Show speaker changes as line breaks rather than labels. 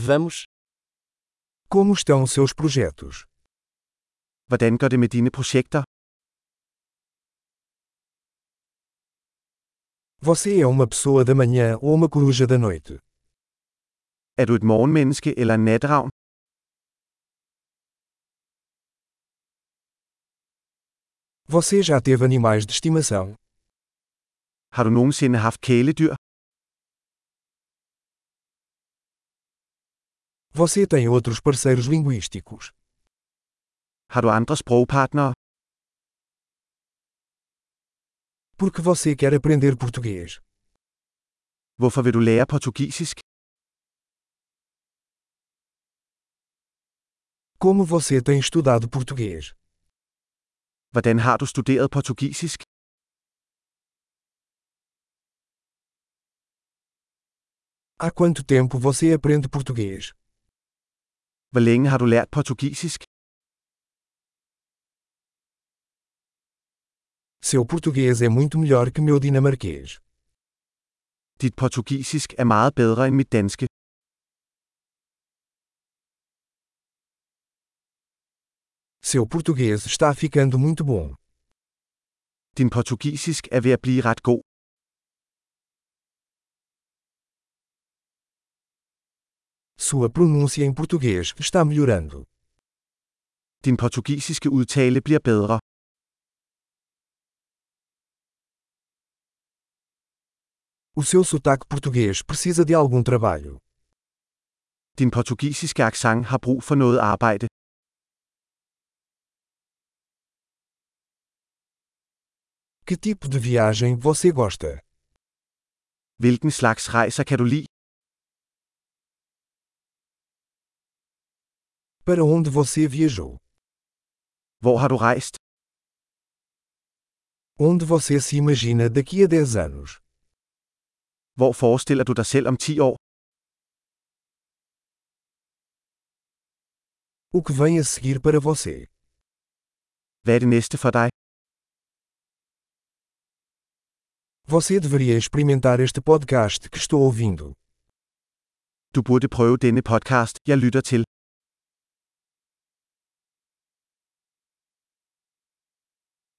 Vamos.
Como estão seus projetos?
Hvordan går det med dine projekter?
Você é uma pessoa da manhã ou uma coruja da noite?
Er du et morgenmenneske eller en natravn?
Você já teve animais de estimação?
Har du nogensinde haft kæledyr?
Você tem outros parceiros linguísticos?
Har du andre sprogpartnere?
Por que você quer aprender português?
Hvorfor vil du lære portugisisk?
Como você tem estudado português?
Hvordan har du studeret portugisisk?
Há quanto tempo você aprende português?
Hvor længe har du lært portugisisk?
Seu português é muito melhor que meu dinamarquês.
Dit portugisisk er meget bedre end mit danske.
Seu português está ficando muito bom.
Din portugisisk er ved at blive ret god.
Sua pronúncia em português está melhorando.
Din portugisiske udtale bliver bedre.
O seu sotaque português precisa de algum trabalho.
Din portugisiske accent har brug for noget arbejde.
Que tipo de viagem você gosta?
Hvilken slags rejser kan du lide?
Para onde você viajou?
Hvor har du rejst?
Onde você se imagina daqui a 10 anos?
Hvor forestiller du dig selv om 10 år?
O que vem a seguir para você?
Hvad er det næste for dig?
Você deveria experimentar este podcast que estou ouvindo.
Du burde prøve denne podcast, jeg lytter til.